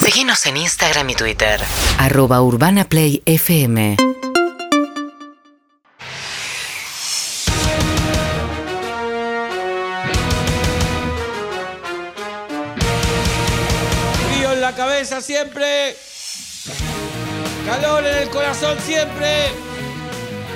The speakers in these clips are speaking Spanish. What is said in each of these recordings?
Seguinos en Instagram y Twitter. arroba urbanaplayfm Frío en la cabeza siempre. Calor en el corazón siempre.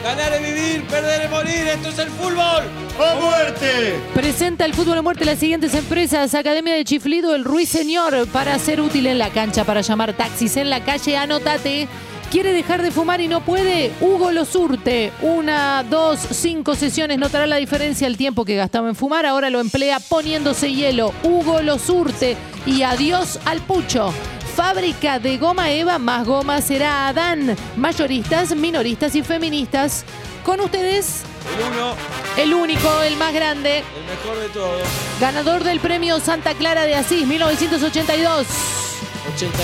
Ganar es vivir, perder es morir. Esto es el fútbol. ¡A muerte! Presenta el fútbol a muerte las siguientes empresas. Academia de Chiflido, el Ruiseñor, para ser útil en la cancha, para llamar taxis en la calle, anótate. ¿Quiere dejar de fumar y no puede? Hugo lo surte. Una, dos, cinco sesiones. Notará la diferencia el tiempo que gastaba en fumar. Ahora lo emplea poniéndose hielo. Hugo lo surte. Y adiós al pucho. Fábrica de goma Eva, más goma será Adán. Mayoristas, minoristas y feministas. Con ustedes, El uno, el único, el más grande, el mejor de todos. Ganador del premio Santa Clara de Asís 1982.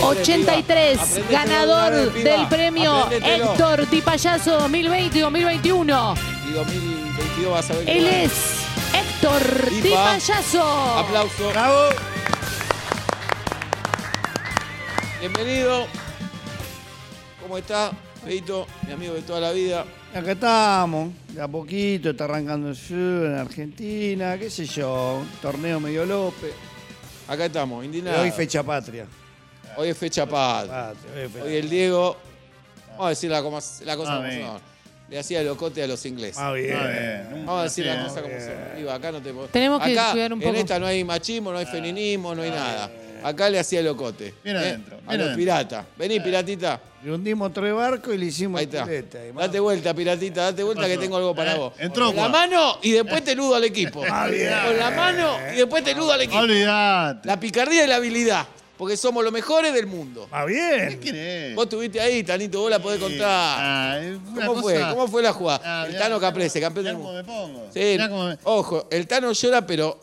83, piba. Aprendete ganador lugares, este piba. del premio Aprendetelo. Héctor Tipayazo 2020-2021. Y 2022 vas a ver. Él que va. es Héctor Tipa. Tipayazo. Aplauso. Ah. ¡Bravo! Bienvenido. ¿Cómo está, Feito? Mi amigo de toda la vida. Acá estamos, de a poquito, está arrancando el sur en Argentina, qué sé yo, un torneo medio López. Acá estamos, Pero indignado. Hoy fecha patria. Hoy es fecha patria. Patria, hoy es fecha- Hoy el Diego. Vamos a decir la, como- la Ah, cosa como Amén. son. Le hacía locote a los ingleses. Ah, bien. Vamos a decir las cosas como eh, son. Iba, acá no te po- Tenemos que acá, cuidar un En poco. esta no hay machismo, no hay feminismo, no hay nada. Acá le hacía locote. Ah, ¿eh? Bien adentro, A bien los adentro. Eh, piratas. Vení, piratita. Le hundimos tres barcos y le hicimos Ahí está. pileta. ahí, Date vuelta, piratita, date vuelta que tengo algo para Eh, vos. entró, Ah, Con la Juan. mano y después te nudo al equipo. Con la mano y después te nudo al equipo. Olvidate. La picardía y la habilidad. Porque somos los mejores del mundo. Ah, bien. ¿Quién es? Vos estuviste ahí, Tanito, vos la podés contar. Ah, es una ¿Cómo fue? cosa- ¿Cómo fue la jugada? Ah, el mirá, Tano mirá, Caprese, campeón mirá del cómo mundo. me pongo. Sí. Mirá cómo me- Ojo, el Tano llora, pero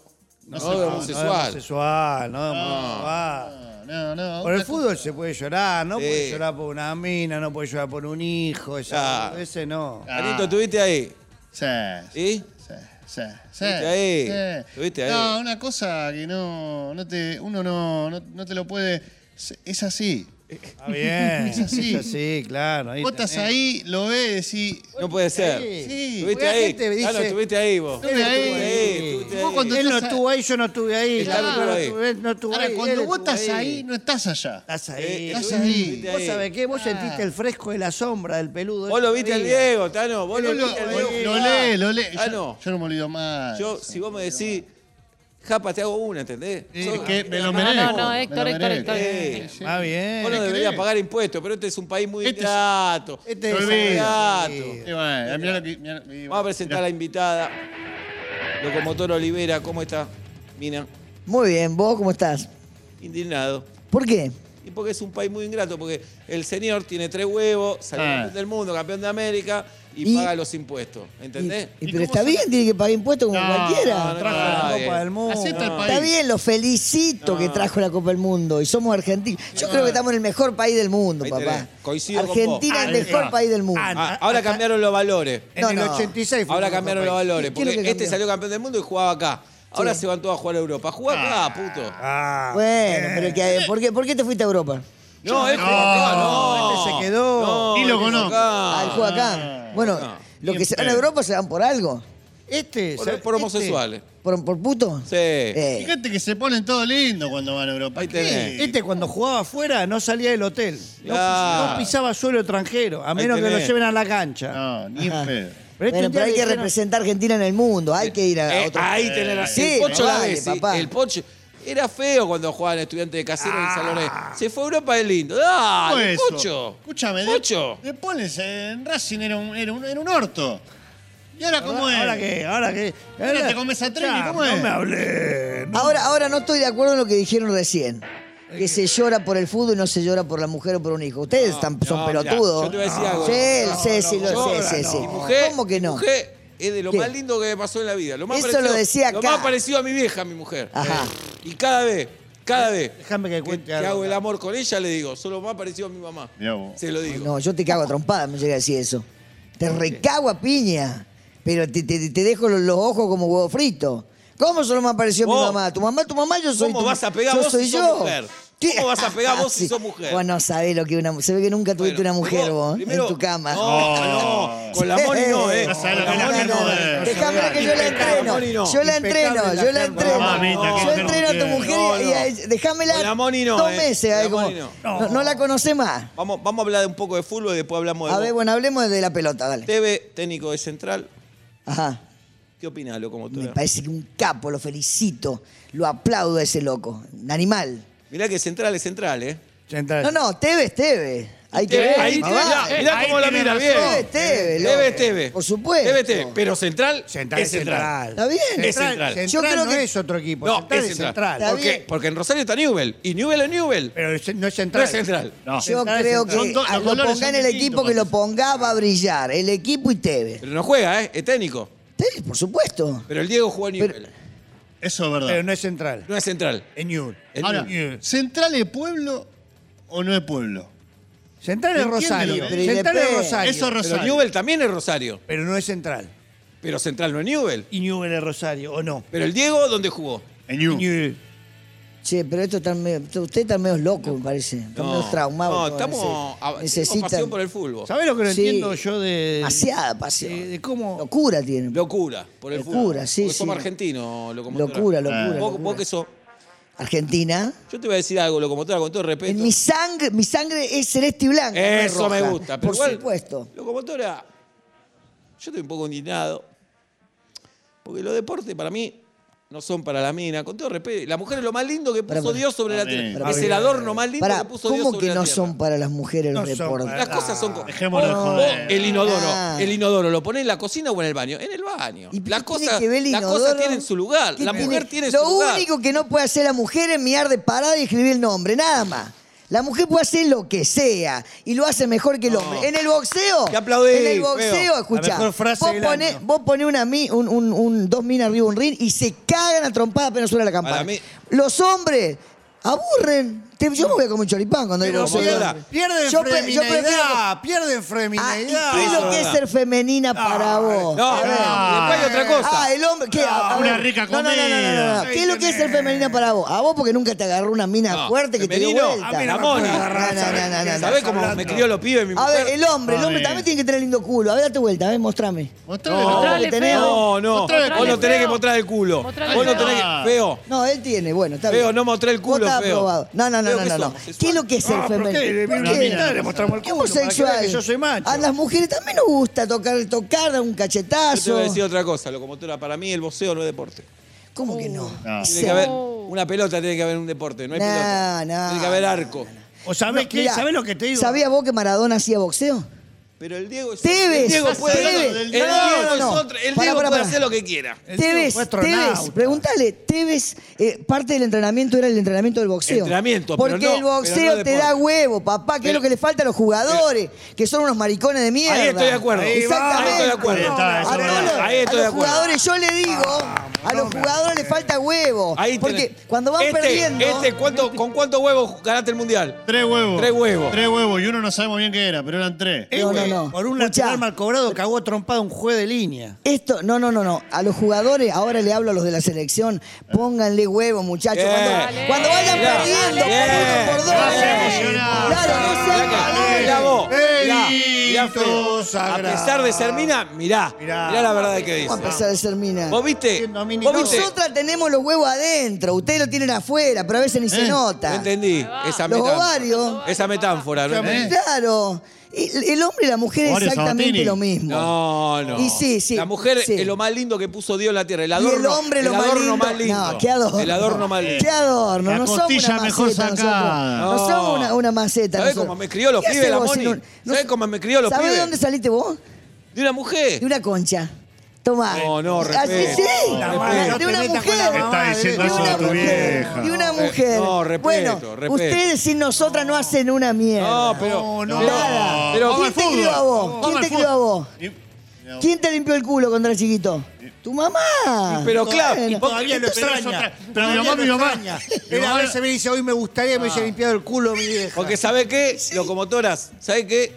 no, se- es no, no es No es homosexual. homosexual, no es homosexual. No, no. Por el otra fútbol se puede llorar, no Sí. puede llorar por una mina, no puede llorar por un hijo, Claro. esa, ese no. Ah. Tanito, estuviste ahí. cosa- Sí. ¿Y? Sí, sí, sí, Estuviste ahí, sí. estuviste ahí. No, una cosa que no, no te, uno no, no, no te lo puede. se- Es así. Ah, bien. Es así. Es así, claro. ahí Vos estás tenés. ahí, lo ves y decís. No puede ser. Sí. Estuviste Porque la ahí. gente dice- Tano, estuviste ahí vos. Estuve ahí. estuviste Vos ahí. cuando Él no estás- estuvo ahí, yo no estuve ahí. El Tano Claro, estuvo ahí. estuve- no estuve Ahora, ahí, cuando él vos estuvo estás ahí, no estás allá. Estás Eh, ahí. estás Vos- ahí. estuviste Vos sabés qué, vos sentiste el fresco de la sombra del peludo. Vos lo viste al Día. Diego, Tano. Vos lo Lo, viste al Diego. lo lees, lo lees. Ah, Yo- no. Yo no me olvido más. Yo, si vos me decís, Japa, te hago una, ¿entendés? Sí, Sos- Eh, que me lo no, merezco. no, no, Héctor, me lo Héctor, merezco. Héctor. Sí, sí. Ah, bien. Eh, Vos no ¿Qué deberías querés? pagar impuestos, pero este es un país muy Este es- ingrato. Este es Olvido. Gato. Eh, bueno, mirá lo que- mirá lo que- Vamos a presentar a la invitada. Locomotor Olivera, ¿cómo está? Mina, Muy bien, ¿vos cómo estás? indignado. ¿Por qué? Y porque es un país muy ingrato, porque el señor tiene tres huevos, salió Ah. campeón del mundo, campeón de América y, Y- paga los impuestos. ¿Entendés? Y- y- ¿Y pero cómo está se- bien, tiene que pagar impuestos como No, cualquiera. no, no, Trajo la Ah, bien. Copa del Mundo. Así está el país. Está bien, lo felicito que trajo la Copa del Mundo y somos argentinos. Yo creo que estamos en el mejor país del mundo, Ahí papá. tenés, coincido con Argentina vos. es el Ahí mejor está. país del mundo. Ah, Ah, ahora cambiaron los valores. En No, este el no. 86 fue Ahora la Copa cambiaron del los Mundo. valores. ¿Y qué es lo Porque que este cambió? salió campeón del mundo y jugaba acá. Ahora se van todos a jugar a Europa. Jugá acá, puto. Ah, Bueno, pero que- ¿por, qué, por qué te fuiste a Europa? Eh. No, este no, acá, no. este se quedó. No, Ni lo este conozco. acá. Al Ah, juego acá. Bueno, los que se van a Europa se van por algo. Este, Por, ¿sabes? por Este- homosexuales. ¿Por, por puto? Sí. este Eh, Fíjate que se ponen todo lindo cuando van a Europa. Ahí ¿Qué? tenés. Este cuando jugaba afuera no salía del hotel. No, Claro. no pisaba suelo extranjero, a menos que lo tenés. lleven a la cancha. No, ni en pedo. este bueno, un día pero hay le que dijeron- representar a Argentina en el mundo. Hay que ir a Eh, otro. ahí tenés la- Sí, El Pocho no la vale, ves, sí. papá. El Pocho. Era feo cuando jugaban estudiantes de casero en el salón. Se fue a Europa Ah, de lindo. ¡Dale, Eso. Pocho! Escúchame, de- Pocho. de Poles, en Racing era un, era un, era un orto. ¿Y ahora cómo es? ¿Ahora qué? ¿Ahora qué? Ahora te comes a Trini, Ya, ¿cómo No es? me hablé. no. Ahora, ahora no estoy de acuerdo en lo que dijeron recién. Que se llora por el fútbol y no se llora por la mujer o por un hijo. Ustedes están- son no, mirá, pelotudos. Ah. yo te voy a decir algo. Sí, sí, sí, no, lo sé, no, sí, sí. Mi mujer, ¿Cómo que no? mi mujer es de lo Sí. más lindo que me pasó en la vida. Lo más Eso parecido, lo decía Lo acá. más parecido a mi vieja, mi mujer. Eh, Ajá. Y cada vez, cada vez Déjame que cuente que algo hago el acá. amor con ella, le digo, solo lo más parecido a mi mamá. Mirá vos. Se lo digo. No, yo te cago a trompada, me llega a decir eso. Te recago a piña, pero te, te- te dejo los, los ojos como huevo frito. ¿Cómo solo me apareció mi Vos. mamá? Tu mamá, tu mamá, yo soy ¿Cómo tu- vas a pegar yo vos soy si sos yo. Ah, mujer? ¿Cómo vas a pegar vos si Sí. sos mujer? Vos no sabés lo que una mu- Se ve que nunca tuviste Bueno, una mujer vos, ¿eh? primero- en tu cama. No, no, con la Moni no, ¿eh? No sabés lo Con que la es la Moni mujer no, moderna. eh. Déjame que yo la Impecable, entreno. Moni no. Yo la entreno, Impecable yo la la jerga. entreno. Mamita, qué yo mujer entreno a tu tiene. mujer No, y- no. y déjamela Con la Moni no, dos eh. meses. Con la ahí como- Moni no. no. no la conocés más. Vamos, vamos a hablar de un poco de fútbol y después hablamos de. A ver, vos. bueno, hablemos de la pelota, dale. Teve, técnico de Central. Ajá. ¿Qué opinás, Me locomotora? parece que un capo, lo felicito. Lo aplaudo a ese loco. Un animal. Mirá que Central es Central, ¿eh? Central. No, no, Tevez, Tevez. Hay que Teve, ver. ahí mamá. Teve, mirá, mirá ahí cómo la tiene mira, razón. bien. Teve, Teve, loco. Teve, Teve. Por supuesto. Teve, Teve. Pero Central, Central es Central. Está bien. Es Central. Yo creo no que- es otro equipo. No, central es Central. Eh. Está ¿Por qué? bien. Porque en Rosario está Newell. Y Newell es Newell. Pero es- no es No central. es Central. No. Yo Central, creo central. que Son dos- los a- lo colores ponga son en el distintos, equipo que lo Patricio. ponga va a brillar. El equipo y Tevez. Pero no juega, ¿eh? Es técnico. Tevez, por supuesto. Pero el Diego juega en Newell. Eso es verdad. Pero no es central. No es Central. Es Newell. Es Ahora, Newell. ¿Central es pueblo o no es pueblo? Central es Entiende Rosario. lo que es. Central es Pero Rosario. Eso es Pero Rosario. Newell también es Rosario. Pero no es central. Pero Central no es Newell. Y Newell es Rosario, ¿o no? Pero el Diego, ¿dónde jugó? En Ñu. Newell. Che, pero esto está medio, usted está medio loco, me parece. Está medio traumado. no, me parece. estamos a- tengo Necesita pasión por el fútbol. ¿Sabés lo que no Sí. entiendo yo de. demasiada pasión. de- de cómo. Locura tiene. Locura por el fútbol. Locura, sí, Porque sí. somos argentinos, locomotora. Locura, locura. Vos, vos locura. que sos. Argentina. Yo te voy a decir algo, locomotora, con todo respeto. En mi sangre, mi sangre es celeste y blanca. no es Eso me roja. gusta. Pero Por igual, supuesto. Locomotora, yo estoy un poco indignado. Porque los deportes para mí no son para la mina. Con todo respeto, la mujer es lo más lindo que puso Pará, pará. Dios sobre la Amén. tierra. Pará, Es pará. el adorno más lindo Pará, que puso Dios ¿cómo sobre que la no tierra. son para las mujeres los No son deportes? para- Las cosas son. co- Dejémonos de Vos- joder. vos el inodoro. Ah. El inodoro, ¿lo ponés en la cocina o en el baño? En el baño. ¿Y qué Las tiene cosas, que ver el las inodoro? cosas tienen su lugar. ¿Qué La mujer tiene su Lo lugar. único que no puede hacer la mujer es mirar de parada y escribir el nombre, nada más. La mujer puede hacer lo que sea y lo hace mejor que el hombre. En el boxeo. Te aplaudí, En el feo. boxeo, La escuchá. mejor frase vos del ponés año. vos ponés una mi- un, un- un- dos minas arriba de un ring y se cagan a trompada apenas suena la campana. Para mí- Los hombres aburren. Te- yo me voy a comer un choripán cuando Pero digo vos ahora- Pierden Yo pre- yo prefiero- feminidad. Pierden Ah, ¿y feminidad. qué es lo que es ser femenina para vos? No, A ver. no, después hay otra cosa. Ah, el hombre. ¿qué? A- a una ver. rica No, no, no, no, no, no, no. comida. ¿Qué es lo que es ser femenina para vos? A vos porque nunca te agarró una mina No, fuerte que te dio femenino, vuelta. a mí no me No, puede no, agarrar, no, ¿sabés? no, no, no, no. ¿Sabés cómo me hablando. crió los pibes mi A mujer? ver, el hombre, el A hombre ver. también tiene que tener lindo culo. A ver, date vuelta, a ver, mostrame. Mostrale, No, mostrale. Mostrale, feo. No, no. Mostrale, Vos no feo. tenés que mostrar el culo. Mostrale, Vos no feo. tenés que. Feo. No, él tiene, bueno, está Feo, bien. no mostré el culo, Vos estás feo. aprobado. No, no, no, Feo no, que no, no. somos, ¿Qué es lo que es ser Ah, ¿por femenino? qué? Le vino ¿Por una qué? mina, le mostramos el culo, para que vea Homosexual. que yo soy macho. A las mujeres también nos gusta tocar, tocar, dar un Yo te cachetazo. voy a decir otra cosa, locomotora. Para mí el boxeo no es deporte. ¿Cómo que no? No. Tiene que haber una pelota, tiene que haber un deporte. No hay No, pelota. no, tiene que haber no, arco. ¿O sabés, No, qué? mirá, ¿Sabés lo que te digo? ¿Sabías vos que Maradona hacía boxeo? Pero el Diego es Tevez, el Diego puede, Tevez. el No, Diego no, es no. otro, el Pará, Diego pará, puede pará. hacer lo que quiera. El tío Tevez, fue astronauta. Tevez, pregúntale, Tevez, eh, parte del entrenamiento era el entrenamiento del boxeo. Entrenamiento, pero Porque no, el pero boxeo no te da deporte. huevo, papá, que es Pero- lo que le falta a los jugadores, que son unos maricones de mierda. Ahí estoy de acuerdo. Ahí va. Exactamente. Ahí estoy de acuerdo. Ahí está, a eso es todos verdad. los- Ahí estoy a de los acuerdo. jugadores yo le digo, a los jugadores le falta huevo. Ahí Ah, porque tenés. cuando van Este- perdiendo, Este, ¿cuánto- ¿Con cuántos huevos ganaste el mundial? Tres huevos. Tres huevos. Tres huevos. Y uno no sabemos bien qué era, pero eran tres. Eh, No, no, no. Por un Escuchá. lateral mal cobrado cagó trompado un juez de línea. Esto, no, no, no, no. A los jugadores, ahora le hablo a los de la selección, pónganle huevo, muchachos. Bien. Cuando, cuando vayan Bien. perdiendo, Eh, Bien. por uno por dos. Gracias, eh. emocionado. Claro, no sean Mirá, mirá vos. Mirá, mirá, Bendito Fede. sagrado. A pesar de ser mina, mirá. Mirá, Mirá. la verdad que Vamos a dice. empezar a ser mina. ¿Vos viste? Siendo mini ¿Vos viste? Nosotras tenemos los huevos adentro, ustedes lo tienen afuera, pero a veces ni se No nota. Eh. entendí esa Los metáfora. ovarios. Esa metáfora, ¿no? Escuchame. entendí. Claro. El, el hombre y la mujer es Mario exactamente Sabatini. lo mismo. No, no. Y sí, sí, La mujer sí. es lo más lindo que puso Dios en la tierra. El Y adorno, el hombre lo el más adorno lindo. más lindo. No, qué adorno. El adorno más lindo. Qué adorno. La no somos costilla una mejor maceta sacada. nosotros. No somos una, una maceta. ¿Sabés nosotros. cómo me crió los ¿Qué pibes, hacés la vos Moni? sin un- no ¿Sabés sé- cómo me crió los ¿Sabés pibes? de dónde saliste vos? De una mujer. De una concha. Tomá. No, no, Así respeto. sí. La madre, no de te una metas con la mujer. mamá, Está diciendo de eso una de tu mujer. vieja. De una mujer. No, respeto, bueno, respeto. ustedes sin nosotras no hacen una mierda. No, pero. No, no. pero- Nada. Pero, ¿Quién te crió a vos? Vamos ¿Quién al te crió a fútbol. vos? Y- No. ¿Quién te limpió el culo cuando eras chiquito? Tu mamá. pero claro, Bueno. y vos- Todavía lo Pero es extraña. otra- pero mi mamá, Todavía mi lo mamá. extraña. Mi Él a mamá- veces me dice, hoy me gustaría que me haya limpiado el culo mi vieja. Porque ¿sabés qué? Locomotoras, ¿sabés qué?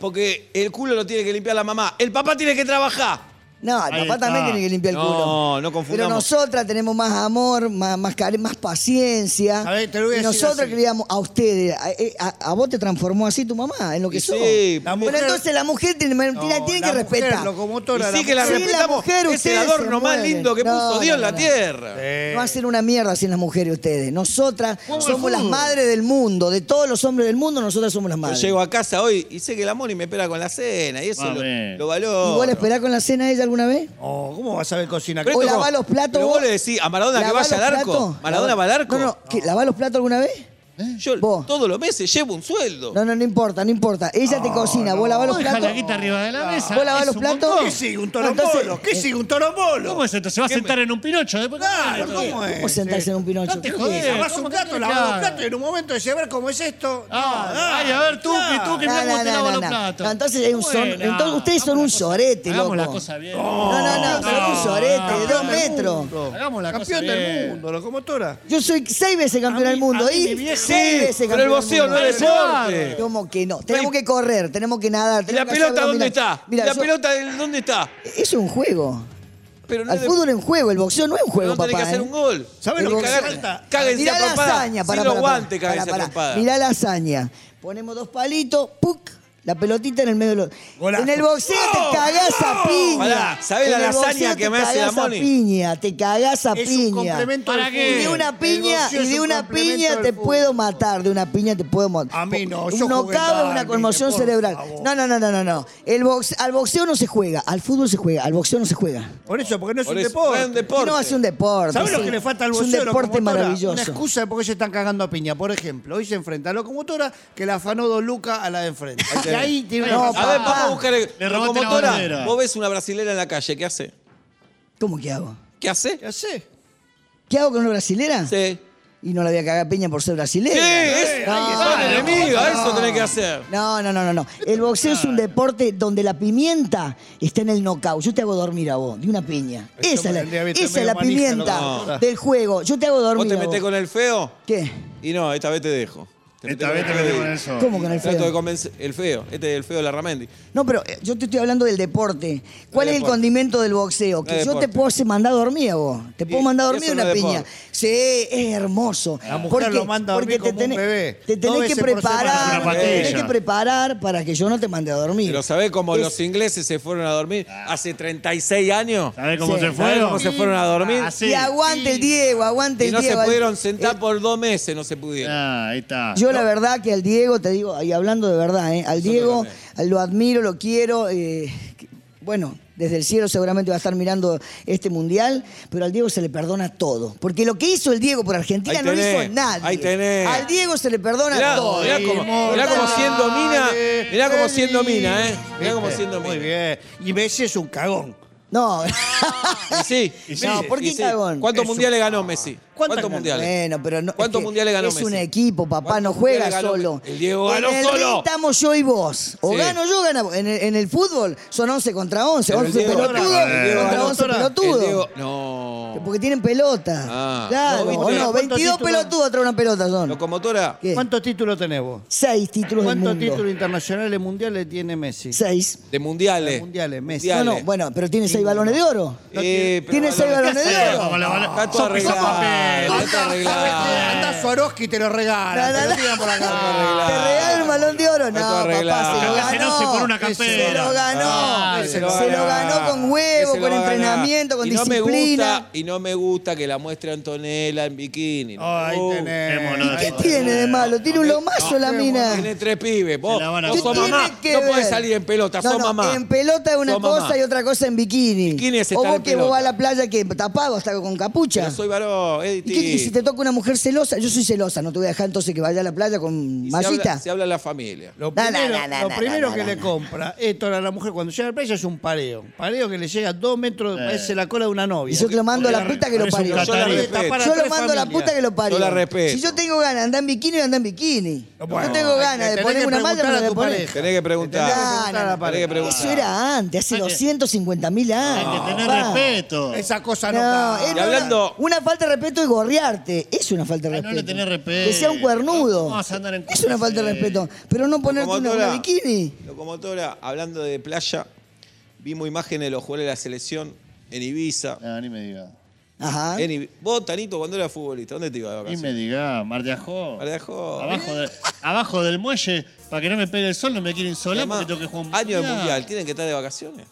Porque el culo lo tiene que limpiar la mamá. El papá tiene que trabajar. No, el Ahí papá también está. tiene que limpiar el No, culo. no confundamos. Pero nosotras tenemos más amor, más, más, care- más paciencia. A ver, te lo voy a y decir nosotros así. queríamos a ustedes. A, eh, a- a vos te transformó así tu mamá, en lo que Y sos. sí. La Pero mujer- entonces la mujer tiene, la No, tiene la que mujer respetar. locomotora, y sí que la Sí, la respetamos. es mujer, el ustedes adorno se más mueren. lindo que No, puso Dios en no, la no. Eh, tierra. No hacen una mierda sin las mujeres ustedes. Nosotras somos las madres del mundo, de todos los hombres del mundo, nosotras somos las Yo madres. llego a casa hoy y sé que la Moni me espera con la cena y eso lo, Mami. lo ¿Y valoro. vos la esperás con la cena a ella alguna vez? Oh, ¿Cómo vas a ver cocinar? Pero ¿O esto lavá como- los platos Pero vos? vos le decís a Maradona que ¿Lavá vaya los al arco. platos? ¿Maradona va al arco? No, no, ¿qué, ¿lavá los platos alguna vez? Yo Vos. todos los meses llevo un sueldo. No, no, no importa, no importa. Ella te cocina, vos lavás los Vos dejá platos. la guita arriba de la mesa. ¿Vos lavás es los un platos? montón. ¿Qué sigue un No, entonces- torombolo? ¿Qué sigue un torombolo? ¿Cómo es esto? ¿Se va a sentar en un pinocho? Después, Claro, Dale, ¿cómo es? ¿Cómo sentarse en un pinocho? No te ¿Qué jodés. es? Lavás ¿Cómo un te plato, atreves? lavás un plato y en un momento decís, a ver cómo es esto. Ah, Nada. ay, a ver, tú, que tú, que No, mirá no, cómo te no, lavo no, los no. platos. No, entonces es un Bueno, sor- entonces ustedes hagamos son un la cosa- sorete, Hagamos la loco. cosa bien. No, no, no, son un sorete de dos metros. Hagamos la cosa Campeón del bien. mundo, locomotora. Yo soy seis veces campeón A mí- del mundo. a mí y mi vieja- seis Sí, veces pero campeón el boxeo del mundo. no es deporte. ¿Cómo que no? Tenemos que correr, tenemos que nadar. ¿Y la tenemos que hacer pelota dónde abdominales. está? ¿Y Mirá, la yo- pelota del- dónde está? Eso es un juego. Pero no Al es de- fútbol es un juego, el boxeo no es un pero juego, no tenés papá. que hacer ¿eh? un gol. ¿Sabés Tenés lo que que hace cagar- falta? Cáguense Mirá a la papada. hazaña, Sin para, los para, guantes, para, cáguense a para. papada. Mirá la hazaña. Ponemos dos palitos, ¡puc! La pelotita en el medio de los. Golazo. ¡Oh! En el boxeo te cagás a piña. Pará, ¿sabés la En el boxeo lasaña que te me hace la cagás a Moni? piña, te cagás a Es piña. un complemento ¿Para del qué? fútbol. Y de una El piña, boxeo y es de un una complemento piña del te fútbol. puedo matar, de una piña te puedo matar. A mí no, un yo jugué knockout, una bádminton, conmoción por cerebral. favor. No, no, no, no, no, no. El box, al boxeo no se juega, al fútbol se juega, al boxeo no se juega. Por eso, porque no es Por un eso, no es un deporte. deporte. No es un deporte. ¿Sabes lo sí. que le falta al Es boxeo? un deporte locomotora? maravilloso. Una excusa de por qué se están cagando a piña. Por ejemplo, hoy se enfrenta a la locomotora que la afanó dos lucas a la de enfrente. Y ahí tiene una No, excusa. A ver, vamos papá. a buscar el Le robaste la locomotora, bandera. Vos ves una brasilera en la calle, ¿qué hace? ¿Cómo que hago? ¿Qué hace? ¿Qué hace? ¿Qué hago con una brasilera? Sí. Y no la voy a cagar piña por ser brasilera. Sí, es, son enemigas, eso tenés que hacer. No, no, no, no, no. El boxeo es un deporte donde la pimienta está en el knockout. Yo te hago dormir a vos, de una piña. Esto Esa es la, me tendría que esa estar es la medio manija, pimienta loco. del juego. Yo te hago Vos dormir te a metés vos. con el feo ¿Qué? y no, esta vez te dejo. Te Esta metés vez te metí feo con y- eso. ¿Cómo con el Trato de feo? convencer. El feo, este es el feo de la Ramendi. No, pero eh, yo te estoy hablando del deporte. ¿Cuál No es es el deporte. condimento del boxeo? No Que es yo te deporte. puedo hacer mandar a dormir a vos. Te puedo Y mandar a eso dormir no una es piña. deporte. Sí, es hermoso. La mujer lo manda a dormir porque como un tenés- bebé. Te Dos tenés que veces por semana, preparar. una Te tenés patilla. que preparar para que yo no te mande a dormir. Pero ¿sabés cómo Es- los ingleses se fueron a dormir hace 36 años? Ah. ¿Sabés cómo Sí. se ¿Sabés fueron? cómo se fueron a dormir? Así. Y aguante el Diego, aguante Y el no se Diego. pudieron eh, sentar por dos meses, no se pudieron. Ah, ahí está. Yo la verdad que al Diego, te digo, y hablando de verdad, ¿eh? al Diego lo admiro, lo quiero. eh, que- bueno, desde el cielo seguramente va a estar mirando este mundial, pero al Diego se le perdona todo. Porque lo que hizo el Diego por Argentina Ahí no lo tenés, hizo nadie. ahí tenés. Al Diego se le perdona Mirá, todo. mirá cómo, mirá cómo siendo mina, mirá cómo siendo mina, ¿eh? Mirá cómo Viste, siendo Muy mina. bien. Y Messi es un cagón. No. Y sí, y sí, No, ¿por qué y sí. cagón? ¿Cuántos Es mundiales un- ganó Messi? ¿Cuántas ¿Cuántos ganó? mundiales? Bueno, pero no. ¿Cuántos es que mundiales ganó Es Messi? un equipo, papá, no ¿Cuántos juega mundiales ganó solo. Messi? El Diego ganó en el solo. ring estamos yo y vos. O Sí. gano yo, gana vos. En el, en el fútbol son 11 contra 11. Pero el 11 Diego- pelotudos el Diego contra ganó 11 sola. El pelotudos. Diego- no. Porque tienen pelota. Ah. claro, No, ¿viste? o no, ¿Cuántos 22 títulos? pelotudos trae una pelota son. Locomotora, ¿Qué? ¿Cuántos títulos tenés vos? Seis títulos del ¿Cuántos mundo. títulos internacionales mundiales tiene Messi? Seis. de mundiales. De mundiales, Messi. No, Mundiales. no, bueno, pero tiene seis balones de oro. Eh, pero tiene seis balones- balones de ¿Qué hace? oro. Como la bala- Está todo Sos arreglado. pisapapel. Está todo arreglado. Andá a Swarovski y te lo No, regala. no, te lo no. tiran por Te acá. arreglado. regala el balón de oro. No, Está papá, se arreglado. lo Capaz que no ganó. se pone una Ah, Se campera. lo ganó. Ah, se, lo ganó con huevo, Que se lo con va a ganar. entrenamiento, con y no Me disciplina. gusta, y no me gusta que la muestre Antonella en bikini. No. Ahí Uh, tenés. qué mono. ¿Qué tiene de malo? Tiene un lomazo la mina. Tiene tres pibes. Vos, Se la van a vos ¿Qué sos tiene mamá. que No ver? podés salir en pelota, No, sos no, mamá. En pelota es una Sos cosa mamá. y otra cosa en bikini. Bikini es o estar vos en que vos pelota. vas a la playa que tapado, hasta con capucha. Pero soy varón, es ¿Y qué- y si distinto. te toca una mujer celosa? Yo soy celosa, no te voy a dejar entonces que vaya a la playa con Y se habla, mallita. se habla en la familia. Lo No, no, primero, no, no, lo no, primero no, que no, le no. compra esto a la mujer cuando llega al playa es un pareo. Un pareo que le llega a dos metros, Eh. parece la cola de una novia. Y yo que lo mando a la puta que lo Parece un parió. catarí. Yo la Tiene que respeto. tapar a Yo lo tres mando a la familias. puta que lo parió. Yo la respeto. Si yo tengo ganas de andar en bikini, voy a andar en bikini. Bueno, yo tengo le ganas de tenés que poner una malla, preguntar me a la voy a tu poner. pareja. Tenés que No, preguntar. Tenés que no, preguntar a la no. Tenés que pareja. preguntar. Eso era antes, hace Hay que- 250 mil Hay años. que tener papá. respeto. Esa cosa no, No, cabe. era Y hablando- una, una falta de respeto es gorrearte. Es una falta de Ay, respeto. no le tenés respeto. Que sea un cuernudo. No vas a andar en es una falta de respeto. Pero no ponerte una, una Locomotora, bikini. Locomotora, hablando de playa, Vimos imágenes de los jugadores de la selección en Ibiza. Ah, ni me diga. Ajá. En Ibi- Vos, Tanito, cuando eras futbolista, ¿dónde te ibas de Ni me vacaciones? ¿Eh? diga. Mardiajó. Mardiajó. Abajo, de- abajo del muelle, para que no me pegue el sol, no me quieren solar Además, porque tengo que jugar un año de mundial, ¿tienen que estar de vacaciones?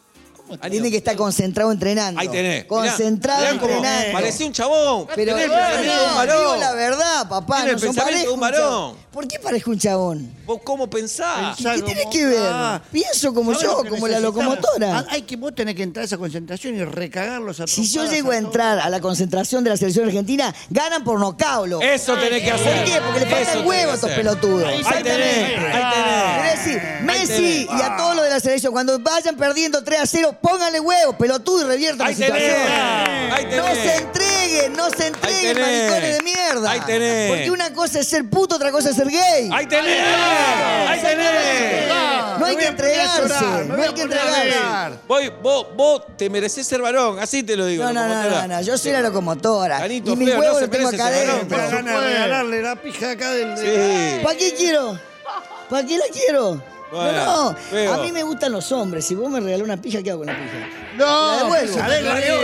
Año- Tiene que estar concentrado entrenando. Ahí tenés. Concentrado Mirá, mirá cómo entrenando. Parecía un chabón. Pero Tenés el no, pensamiento de un no, varón. digo la verdad, papá. Tiene el No son pensamiento de un varón. ¿Por qué parezco un chabón? ¿Vos cómo pensás? ¿Qué tiene que ver? Ah. Pienso como ¿sabés yo, lo que como la necesitamos? locomotora. Ah, Hay que vos tenés que entrar a esa concentración y recagarlos a Si yo trompadas llego a todos. entrar a la concentración de la selección argentina, ganan por nocaut, loco. Eso tenés que hacer. ¿Por qué? Porque le Eso faltan tenés que huevos a estos hacer. pelotudos. Ahí tenés, ahí tenés. Es decir, tenés. Messi y a todos los de la selección, cuando vayan perdiendo 3 a 0, pónganle huevos, pelotudo, y reviertan Ahí la situación. tenés, ahí No tenés. se entreguen, no se entreguen, Ahí tenés. maricones de mierda. Ahí tenés. Porque una cosa es ser puto, otra cosa es ser gay. Ahí tenés. Ahí tenés. Ah, no hay que entregarse, no hay que entregarse. Voy, vos, vos te mereces ser varón, así te lo digo. No, no, no, locomotora. no, no, yo soy la locomotora. Danito, y mis feo, no huevos se los tengo merece acá ese adentro. Pero No gana puede. de regalarle la pija acá del... Sí. ¿Para qué quiero? ¿Para qué la quiero? Bueno, no, no. feo. A mí me gustan los hores. Si vos me regalás una pija, ¿qué hago con la pija? No, La devuelvo. a ver, la devuelvo,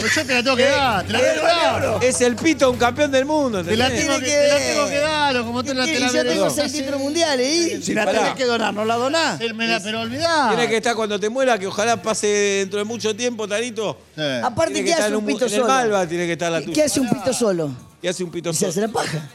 porque yo te la tengo que dar, te la tengo que dar. Es el pito un campeón del mundo. Te la ¿entendés? tengo Tiene que, que te la ver. tengo que dar, o como te la Y te la yo tengo merezco. seis títulos mundiales, ¿y? Si la pará. tenés que donar, ¿no la donás? Él Eh, me la pero olvidá. Tiene que estar cuando te muera, que ojalá pase dentro de mucho tiempo, Tarito. Sí. Aparte, Tiene ¿qué estar en hace un un mu- pito en el solo? Malva tiene que estar la tuya. ¿Qué hace un pito solo? ¿Qué hace un pito Y se hace solo? la paja.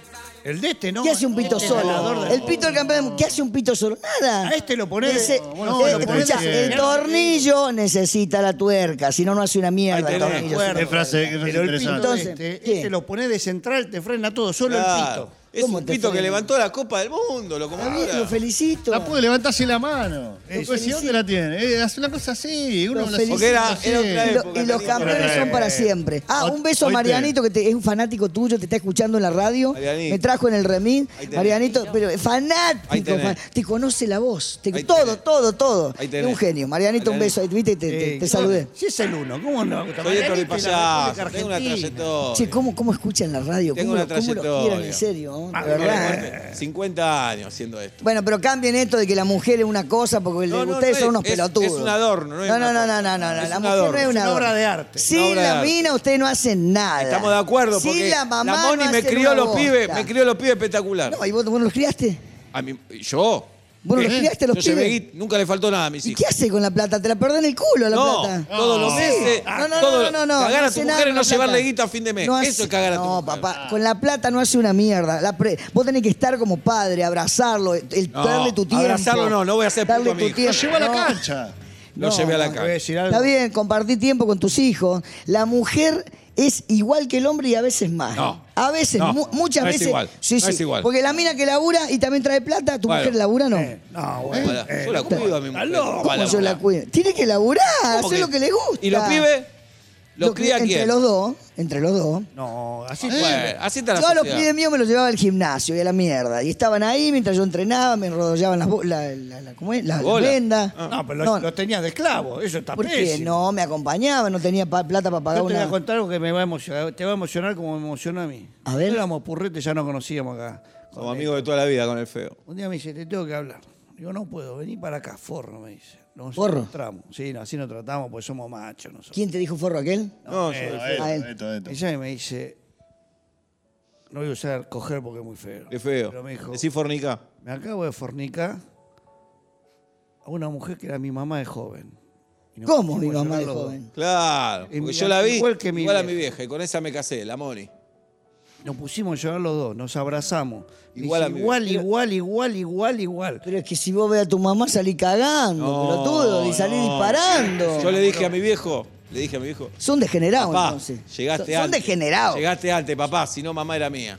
El de este, ¿no? ¿Qué hace un pito Este es solo? ganador del El pito del campeón. ¿Qué hace un pito solo? Nada. A este lo ponés- Ese- bueno, eh, lo ponés escuchá, que- el tornillo necesita la tuerca, si no, no hace una mierda Ahí el tenés, tornillo. acuerdo. Qué frase, qué frase Pero el interesante. pito Entonces, este, ¿qué? este lo pone de central, te frena todo, solo Claro. Es ¿Cómo un te pito frena? que levantó la Copa del Mundo, Está bien, locomotora. lo felicito. La pude levantar así la mano. Sí, Loco, sí, ¿y dónde la tiene? Eh, hace una cosa así. Uno Los la felicito. Porque era- era otra Y, época. así. lo- y los Tenía campeones que- son para siempre. Ah, un beso a Hoy te- Marianito, que te- es un fanático tuyo, te está escuchando en la radio. Marianito. Me trajo en el remis. Ahí tenés. Marianito, pero es Ahí fanático. tenés. fan- te conoce la voz. te- Ahí todo, tenés. todo, todo. Ahí Es tenés. un genio. Marianito, un beso. ahí, ¿Viste? Te, te- Eh, te saludé. Si es el uno, ¿cómo no? Soy Héctor Di Marianito y la Payaso, República tengo una Argentina. trayectoria. Che, ¿cómo, ¿cómo escuchan la radio? Tengo ¿Cómo, una lo- cómo lo trayectoria. quieren, en serio? ¿no? Ah, De Tengo verdad. ¿eh? fuerte 50 años haciendo esto. Bueno, pero cambien esto de que la mujer es una cosa porque No, no, ustedes no son es- unos es- pelotudos. es un adorno, no es No, una no, no, cosa. no, no, no, Es la un mujer adorno, no es es una una obra adorno. de arte. Una Sin obra de la arte. mina ustedes no hacen nada. Estamos de acuerdo Sin porque la mamá Moni no me hacen crió una los pibes, bosta. me crió los pibes espectacular. No, ¿y vos, vos no los criaste? A mí, yo. ¿Vos no los ¿Eh? criaste a los Yo llevé guit- pibes? nunca le faltó nada a mis ¿Y hijos. qué hace con la plata? ¿Te la perdés en el culo la No, plata? todos los Sí. meses, No, no, Ah, todo- no, no, no. cagar a no tu hace mujer nada es no con la plata. llevarle guita a fin de mes. Eso es cagar a tu No, mujer. papá, con la plata no hace una mierda. La pre- Vos tenés que estar como padre, abrazarlo, el, No, darle tu tiempo. abrazarlo no, no voy a ser puto darle a mi tu hijo. Lo tiempo. llevó a la No. cancha. Lo No, llevé a la no, Te voy a calle. decir algo. Está bien, compartí tiempo con tus hijos. La mujer es igual que el hombre y a veces más. No. A veces, No, mu- muchas no es veces. igual, Sí, no sí. es igual. Porque la mina que labura y también trae plata, tu Bueno. mujer labura no. No, bueno. Bueno, yo la cuido a mi mujer. loco. no va a ¿Cómo yo la laburar. cuido? Tiene que laburar, ¿Cómo hacer que- lo que le gusta. ¿Y los pibes? ¿Los Lo que- cría Entre quién? los dos, entre los dos. No, así Bueno, así está la Yo a los sociedad. pibes míos me los llevaba al gimnasio y a la mierda. Y estaban ahí mientras yo entrenaba, me rodeaban las bo- la, la- la- ¿cómo es? La- la Bola. venda. Ah, No, pero lo, No, lo tenías de esclavo, eso está ¿Por qué? pésimo. No, me acompañaba, no tenía pa- plata para pagar Yo te voy una. a contar algo que me va a emocionar, te va a emocionar como me emocionó a mí. A ver. Éramos purretes, ya nos conocíamos acá. Como amigo de toda la vida con el feo. Un día me dice, te tengo que hablar. Digo, no puedo, vení para acá, forro, me dice. Nos ¿Forro? encontramos. Sí, no, así nos tratamos porque somos machos nosotros. Eh, ¿Quién te dijo forro aquel? No, yo- No, a él. esto, esto, esto. Ella me dice, no voy a usar coger porque es muy feo. qué feo. Pero me dijo, Decí fornica. me acabo de fornicar a una mujer que era mi mamá de joven. Y nos ¿Cómo mi pusimos a mamá de llorar los dos. joven? Claro. Y Porque mira, yo la vi igual que mi igual a vieja. mi vieja y con esa me casé, la Moni. Nos pusimos a llorar los dos, nos abrazamos. Me Igual dice, a mi igual, igual, igual, igual, igual. Pero es que si vos ves a tu mamá salí cagando, pelotudo, y salí disparando. Yo le dije a mi viejo, le dije a mi viejo, Son degenerados papá, entonces. llegaste son, antes. son degenerados. Llegaste antes, papá, si no mamá era mía.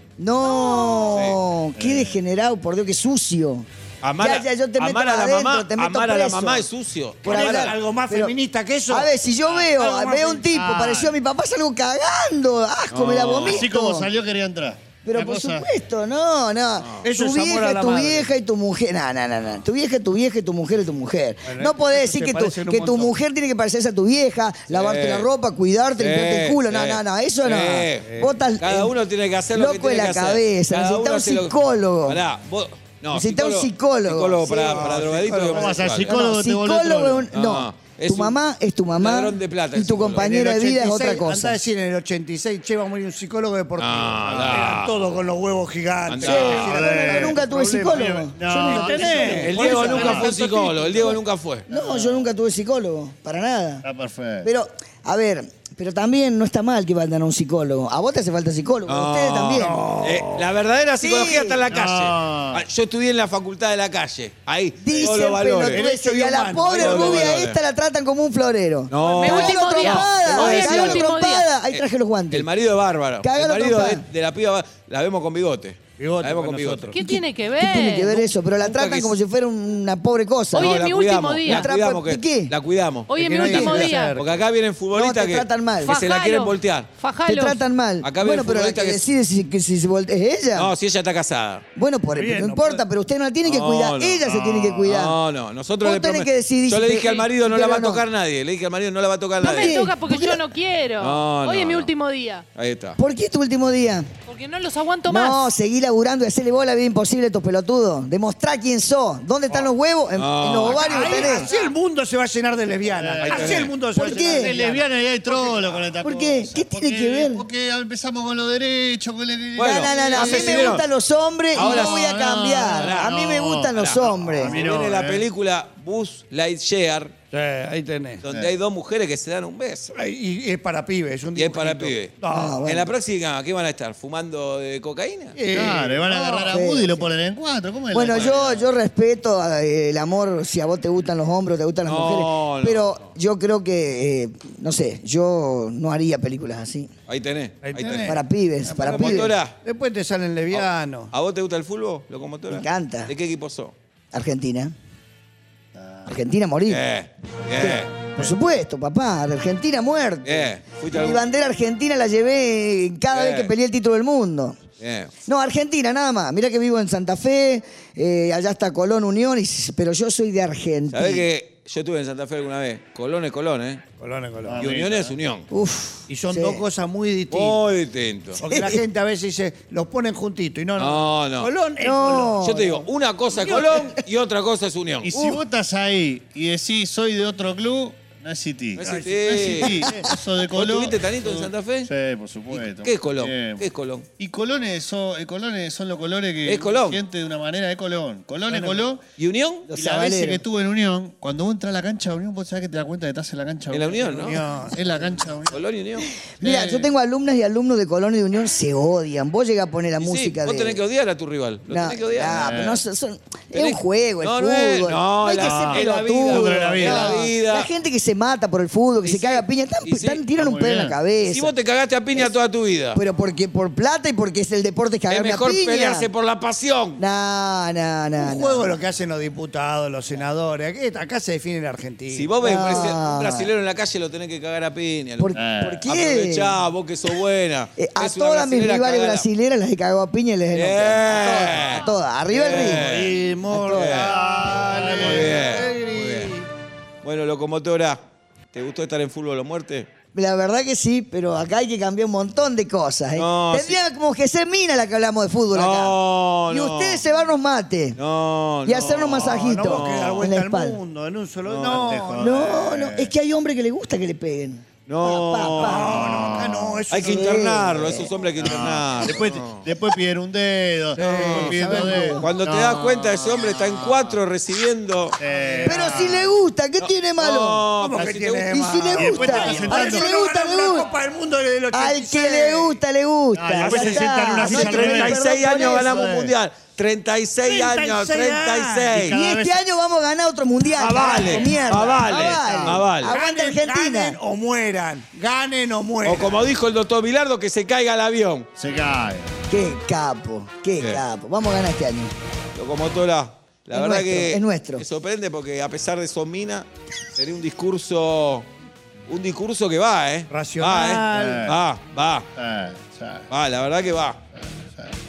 No, qué degenerado, por Dios, qué sucio. Amar, a- Ya, ya, yo te meto amar a la adentro, mamá, te meto amar a la preso. mamá es sucio. Por Ponele ahora- algo más pero- feminista que eso. Ah, A ver, si yo veo, Algo más veo un tipo feminista. parecido a mi papá, salgo cagando, asco, me la Ah, vomito. Así como salió, quería entrar. Pero Una por cosa- supuesto, no, no. Eso tu es amor vieja a es la tu madre. vieja y tu mujer. No, no, no, no. Tu vieja es tu vieja y tu mujer es tu mujer. Bueno, no podés eso decir se que, parecen tu, un que tu montón. mujer tiene que parecerse a tu vieja, lavarte la ropa, cuidarte, Sí, limpiarte el culo. No, sí. no, no. Eso no. Sí. Vos estás, Cada eh, uno tiene que hacer lo loco que tiene en la que hacer. cabeza. Cada uno Necesitas hace un lo que- psicólogo. Pará, vos, Necesita un psicólogo. Psicólogo Sí. para, No, para drogadictos. psicólogo. y ¿Cómo vas a homosexuales. psico- Psicólogo te vuelve psicólogo es otro. un- No, No, es tu un mamá Ah, es tu mamá. ladrón de plata, y el tu psicólogo. compañero de vida es otra Andá a cosa. decir en el 86, che, va a morir un psicólogo deportivo. Ah, Eran da. todos con los huevos gigantes. Andá. Sí, sí, No, la- no, no, nunca tuve psicólogo. No, yo nunca tuve tenés. psicólogo. El Por Diego eso, nunca no, fue no, psicólogo. El Diego nunca fue. No, yo nunca tuve psicólogo, para nada. Está perfecto. Pero, a ver, pero también no está mal que vayan a un psicólogo. A vos te hace falta psicólogo, a ustedes también. Eh, la verdadera psicología está en la calle. No. Ah, Yo estudié en la facultad de la calle. Ahí, todos Dicen los Eh, valores. pelotudeces y a la humano, pobre todos los rubia valores. esta la tratan como un florero. No. Me Cagalo último día. trompada, Hoy es mi cagalo último trompada. día. Ahí traje los guantes. El marido es bárbaro. Cagalo el marido de, trompada. de la piba la vemos con bigote. Bigote la vemos con con bigote. nosotros. ¿Qué tiene que ¿Qué ver? tiene que Eh, ver eso? Pero la Nunca tratan quis- como si fuera una pobre cosa. Hoy No, es la mi cuidamos, último día. La cuidamos ¿De que qué? la cuidamos. Hoy es Que mi no hay último que día. hacer. Porque acá vienen futbolistas No, te que, tratan mal. que se la Fajalo. quieren voltear. Te Fajalos. tratan mal. Acá viene bueno, pero la que, futbolista que- decide si, que si se voltea es ella. No, si ella está casada. bueno, por, Bien, no no importa, puede- pero usted no la tiene que No, cuidar. no, ella se tiene que cuidar. No, no, nosotros Vos le tenés promet- que decidir Yo si le te- dije al marido no si la va a quiere o no. tocar nadie. Le dije al marido no la va a tocar No me nadie. toca porque yo no quiero. No, no, Hoy es mi no. último día. Ahí está. ¿Por qué es tu último día? Porque no los aguanto No, más. seguí laburando y hacerle bola vida imposible a estos pelotudos. Demostrá quién sos. ¿Dónde están los huevos? En, No. en los ovarios que Ahí, tenés. así el mundo se va a llenar de lesbianas. Ahí Así tenés. el mundo se va a ¿Por llenar qué? de Es lesbianas. lesbiana y hay trolo con esta ¿Por qué? cosa. ¿Qué tiene Porque- que ver? Porque empezamos con lo derecho, con el... Bueno. no, no, no. A mí no sé si me vieron. gustan los hombres y Ahora no voy a sí. cambiar. No, A mí me no, gustan los hombres. Viene no, la eh. película Bus Lightyear, Sí, ahí tenés. donde Sí. hay dos mujeres que se dan un beso. Ay, Y, y es para pibes, es un Y es para dibujito. pibes. No, Ah, bueno. En la próxima, ¿qué van a estar? ¿Fumando de cocaína? eh, Claro, y van a agarrar a sí, Woody y lo ponen en cuatro. ¿Cómo es la Bueno, yo, historia? yo respeto a- el amor, si a vos te gustan los hombros, te gustan las No, mujeres. no, pero yo creo que, eh, no sé, yo no haría películas así. Ahí tenés. Ahí Ahí tenés. tenés. Para eh, pibes, para pibes. Locomotora. después te salen lesbianos. ¿A vos te gusta el fútbol, locomotora? Me encanta. ¿De qué equipo sos? Argentina. Argentina morir. Bien, bien. Por supuesto, papá, de Argentina muerto. Bien. Eh, Fuiste Mi algún- Eh. bandera argentina la llevé cada Bien. vez que peleé el título del mundo. Bien. No, Argentina, nada más. Mirá que vivo en Santa Fe, eh, allá está Colón, Unión, y- pero yo soy de Argentina. ¿Sabés que yo estuve en Santa Fe alguna vez? Colón es Colón, ¿eh? Colón en Colón. Ah, Y Unión es Oh, Unión. Uf, Y son sí. dos cosas muy distintas. Muy distinto. Porque la gente a veces dice, los ponen juntitos. Y no, no. No, no. Colón es No. Colón. Yo te digo, una cosa es Colón y otra cosa es Unión. Y si votas ahí y decís soy de otro club, no existís. No existí. existís. No existís. Sos de ¿Vos Colón. tuviste tanito en Santa Fe? Sí, por supuesto. ¿Qué es Colón? Bien. ¿Qué es Colón? Y colones son, eh, colones son los colores que Es Colón. siente de una manera de Colón. Colón es Colón. ¿Y Unión? Los y la vez sabaleros. que estuve en Unión, cuando vos entras a la cancha de Unión, vos sabés que te das cuenta que estás en la cancha de En la Unión, ¿no? No. Es la cancha de Unión. Colón y Unión. Mira, Eh. yo tengo alumnas y alumnos de Colón y de Unión, se odian. Vos llegás a poner la Y sí, música vos de... tenés que odiar a tu rival. Lo No, tenés que odiar. no, pero no son- son- es Tenés- un juego, el No, no fútbol. es- no, hay que la- ser es la vida, pelotudo. es la vida. No. Es la vida. La gente que se mata por el fútbol, que Y se sí, caga a piña, están, y sí, están- tiran está un muy pelo en la bien. cabeza. Si vos te cagaste a piña toda tu vida, Pero porque por plata y porque es el deporte que es agarra mejor piña. pelearse por la pasión. No, no, no. Un no. juego es lo que hacen los diputados, los senadores. Aquí- Acá se define la Argentina. Si vos ves No. un brasi- un brasilero en la calle, lo tenés que cagar a piña. ¿Por, loco. Eh. por qué? Aprovechá, vos que sos buena. Eh, a Es una todas mis brasilera rivales cagada. brasileras las he cagado a piña y les he Bien. noqueado. A todas, a todas. Arriba el Bien. ritmo. Inmortal. Muy bien, muy bien. Bueno, locomotora, ¿te gustó estar en fútbol o muerte? La verdad que sí, pero acá hay que cambiar un montón de cosas. ¿eh? No, Tendría como que ser mina la que hablamos de fútbol No, acá. Y no. ustedes llevarnos mate. No, y no. No, hacernos masajitos no vos que dar en la vuelta al espalda. mundo en un solo... No, te No, jodas. No, no, es que hay hombres que les gusta que le peguen. No. Pa, pa, pa. no, acá Ah, no. Eso Hay que no- internarlo, esos hombres hay que internarlos. Después, te- después piden un dedo. después piden dos dedos. Cuando te No. das cuenta, ese hombre está en cuatro recibiendo. Eh, Pero si le gusta, ¿qué tiene malo? No, ¿Cómo pero que si te tiene Y más? si le después gusta, te al hacen que tanto. le gusta, Ganaron le una gusta. Copa del Mundo del Al 86. que le gusta, le gusta. Ah, y después Ya se sientan en una está. silla No al tenemos revés. perdón 36 por años eso. ganamos eh. un mundial. 36 años, 36. 36. Y Cada este vez- año vamos a ganar otro mundial. Ah, vale, carajo, mierda. ah, vale, ah, vale. Aguanta Ganen, ganen Argentina. o mueran. Ganen o mueran. O como dijo el doctor Bilardo, que se caiga el avión. Se cae. Qué capo, qué Bien. capo. Vamos a ganar este año. Locomotora, la Es verdad nuestro, que es nuestro. me sorprende porque a pesar de son mina, tenés un discurso, un discurso que va, ¿eh? Racional. Va, ¿eh? va, va, Eh, ya. va, la verdad que va.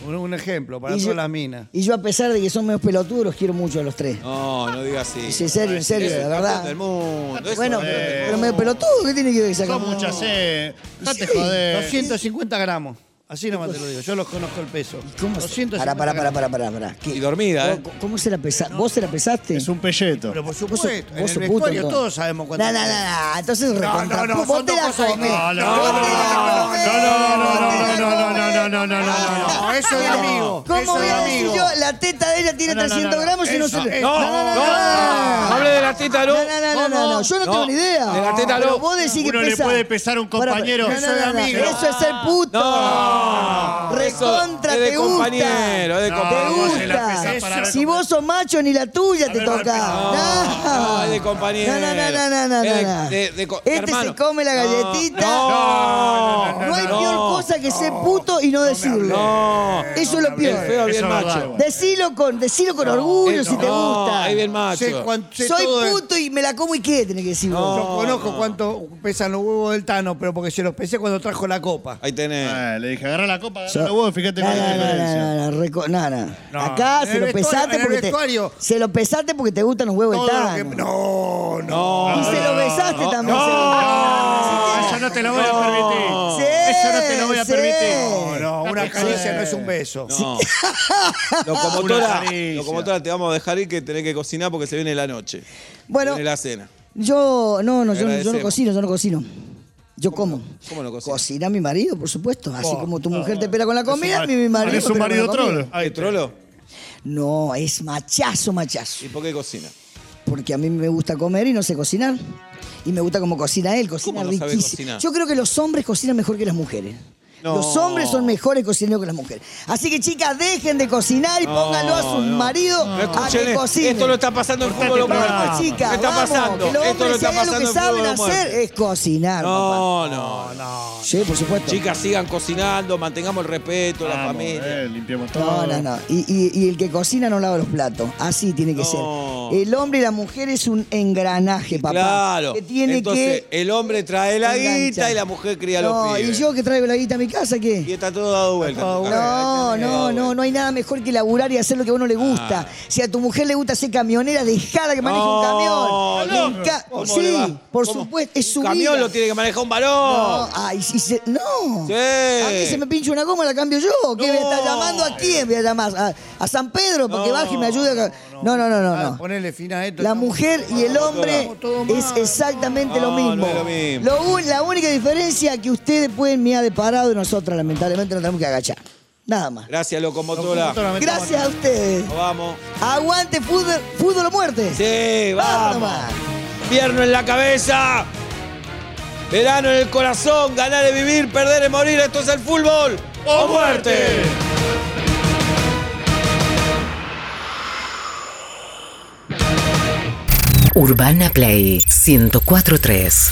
Un, un ejemplo para Y yo- todas las minas. Y yo, a pesar de que son menos pelotudos, los quiero mucho a los tres. No, no digas así. Es en serio, en serio, Es el la campeón verdad. del mundo. eso Bueno, es. pero, pero medio pelotudo, ¿qué tiene que ver esa Son cosa? muchas, eh. Date Sí, joder. 250 gramos. Así nomás te lo digo. Yo los conozco el peso. ¿Cómo se- 250 Pará, pará, pará, gramos. pará, pará, pará. ¿Qué? Y dormida, ¿eh? ¿Cómo, cómo se la pesaste? ¿Vos se la pesaste? Es un pelleto. Pero por Vos sos- supuesto, en vos el sos puto, vestuario entonces. todos sabemos cuánto. No, no, no, no, entonces No, recontra. no, no, vos son te dos la cosas comés. distintas. No, no, Vos te la no, no, comés. no, no, no, no, no, no, no, no, no, no, no. No, eso de amigo. ¿Cómo eso voy de a decir amigo. yo? La teta de ella tiene No, no, no, 300 no, gramos y no eso, se le... eso. No, no, no. Hable de la teta, no. No, no, no, no, no, no, yo no, tengo ni idea. De la teta, Pero no. vos decís que Uno le pesa. puede pesar a un Pará, compañero. no, no, Eso es no, no, amigo. Eso es ser puto. No. Recontra, Es de te compañero, gusta. es de No, compañero. vos se te la gusta. pesás para- Si vos sos macho, ni la tuya te ver, toca. No, No. no, es de compañero. No, no, no, no, no, no, Es de- no. de- de co- este hermano. se come la galletita. No, No hay peor cosa que ser puto y no decirlo. No. Eso es lo Bien peor. feo, Eso bien es verdad, macho. igual. Decilo con, decilo con orgullo si te No, gusta. ahí bien Sé macho. cuán- sé Soy todo de- puto y me la como y qué, tenés que decir vos. Yo conozco cuánto pesan los huevos del Tano, pero porque se los pesé cuando trajo la copa. Ahí tenés. Ah, Le dije, agarra la copa, Yo- agarra los huevos, fíjate No, cuál es no, la no, diferencia. no, no, reco- no, no. No. Acá En se el lo vestuario- en pesaste el porque te, vestuario. se lo pesaste porque te gustan los huevos de Todo lo Tano. que- No, no. y se lo besaste también. se lo- No, eso no te lo voy a permitir. Sí, Eso no te lo voy a sí. permitir. No, no, una caricia no es un beso. No. Locomotora, Una caricia. locomotora, te vamos a dejar ir que tenés que cocinar porque se viene la noche. Bueno. Se Viene la cena. Yo, no, no, yo, yo no Agradecemos. cocino, yo no cocino. Yo como. cómo no cocina? cocina? mi marido, por supuesto. Así como tu mujer te pela con la comida, mi, mi marido. Oh, Es un me pela con la marido comida. trolo. ¿Qué trolo? No, es machazo, machazo. ¿Y por qué cocina? Porque a mí me gusta comer y no sé cocinar. Y me gusta cómo cocina él, cocina ¿Cómo no sabe riquísimo. cocinar? Yo creo que los hombres cocinan mejor que las mujeres. No. Los hombres son mejores cocineros que las mujeres. Así que, chicas, dejen de cocinar y pónganlo a su no. marido No a Ah. que escuchen, cocine. esto lo está pasando en fútbol Vamos, Locomotora. chicas, ¿Qué está vamos, pasando? que los hombres, esto lo si está hay algo pasando en que saben fútbol hacer Locomotora. es cocinar, papá. No, no, no. Sí, por supuesto. Chicas, sigan cocinando, mantengamos el respeto, a la Vamos, familia. eh, Limpiamos todo. No, no, no. Y, y- y el que cocina no lava los platos. Así tiene que No. ser. El hombre y la mujer es un engranaje, papá. Claro. Que tiene Entonces, que. el hombre trae la enganchar. guita y la mujer cría no, los pibes. ¿y yo que traigo la guita a mi casa Y qué? está todo dado vuelta. No, no, no, no hay nada mejor que laburar y hacer lo que a uno le gusta. Si a tu mujer le gusta ser camionera, dejala que maneje un Ah. No, camión. no. Le enca- ¿Cómo le va? sí, por ¿Cómo? supuesto, es su Un camión vida. lo tiene que manejar un No, varón. ay, si se, no. Sí. A mí se me pincha una goma, la cambio yo. ¿Qué voy a estar No. llamando a quién? Voy a llamar a, a San Pedro para que No. baje y me ayude. a- No, no, no, no. Ah, no. Ponele fin a esto. La estamos- mujer y el hombre Estamos todos es mal. exactamente lo Ah, No, no mismo. es lo mismo. Lo un- la única diferencia que ustedes pueden mirar de parado y nosotros lamentablemente nos tenemos que agachar. Nada más. Gracias, locomotora. Locomotora. Gracias a ustedes. Nos vamos. Aguante fútbol, fútbol o muerte. Sí, Vamos vamos. nomás. Invierno en la cabeza. Verano en el corazón. Ganar es vivir, perder es morir. Esto es el fútbol. ¡O muerte! Urbana Play 1043.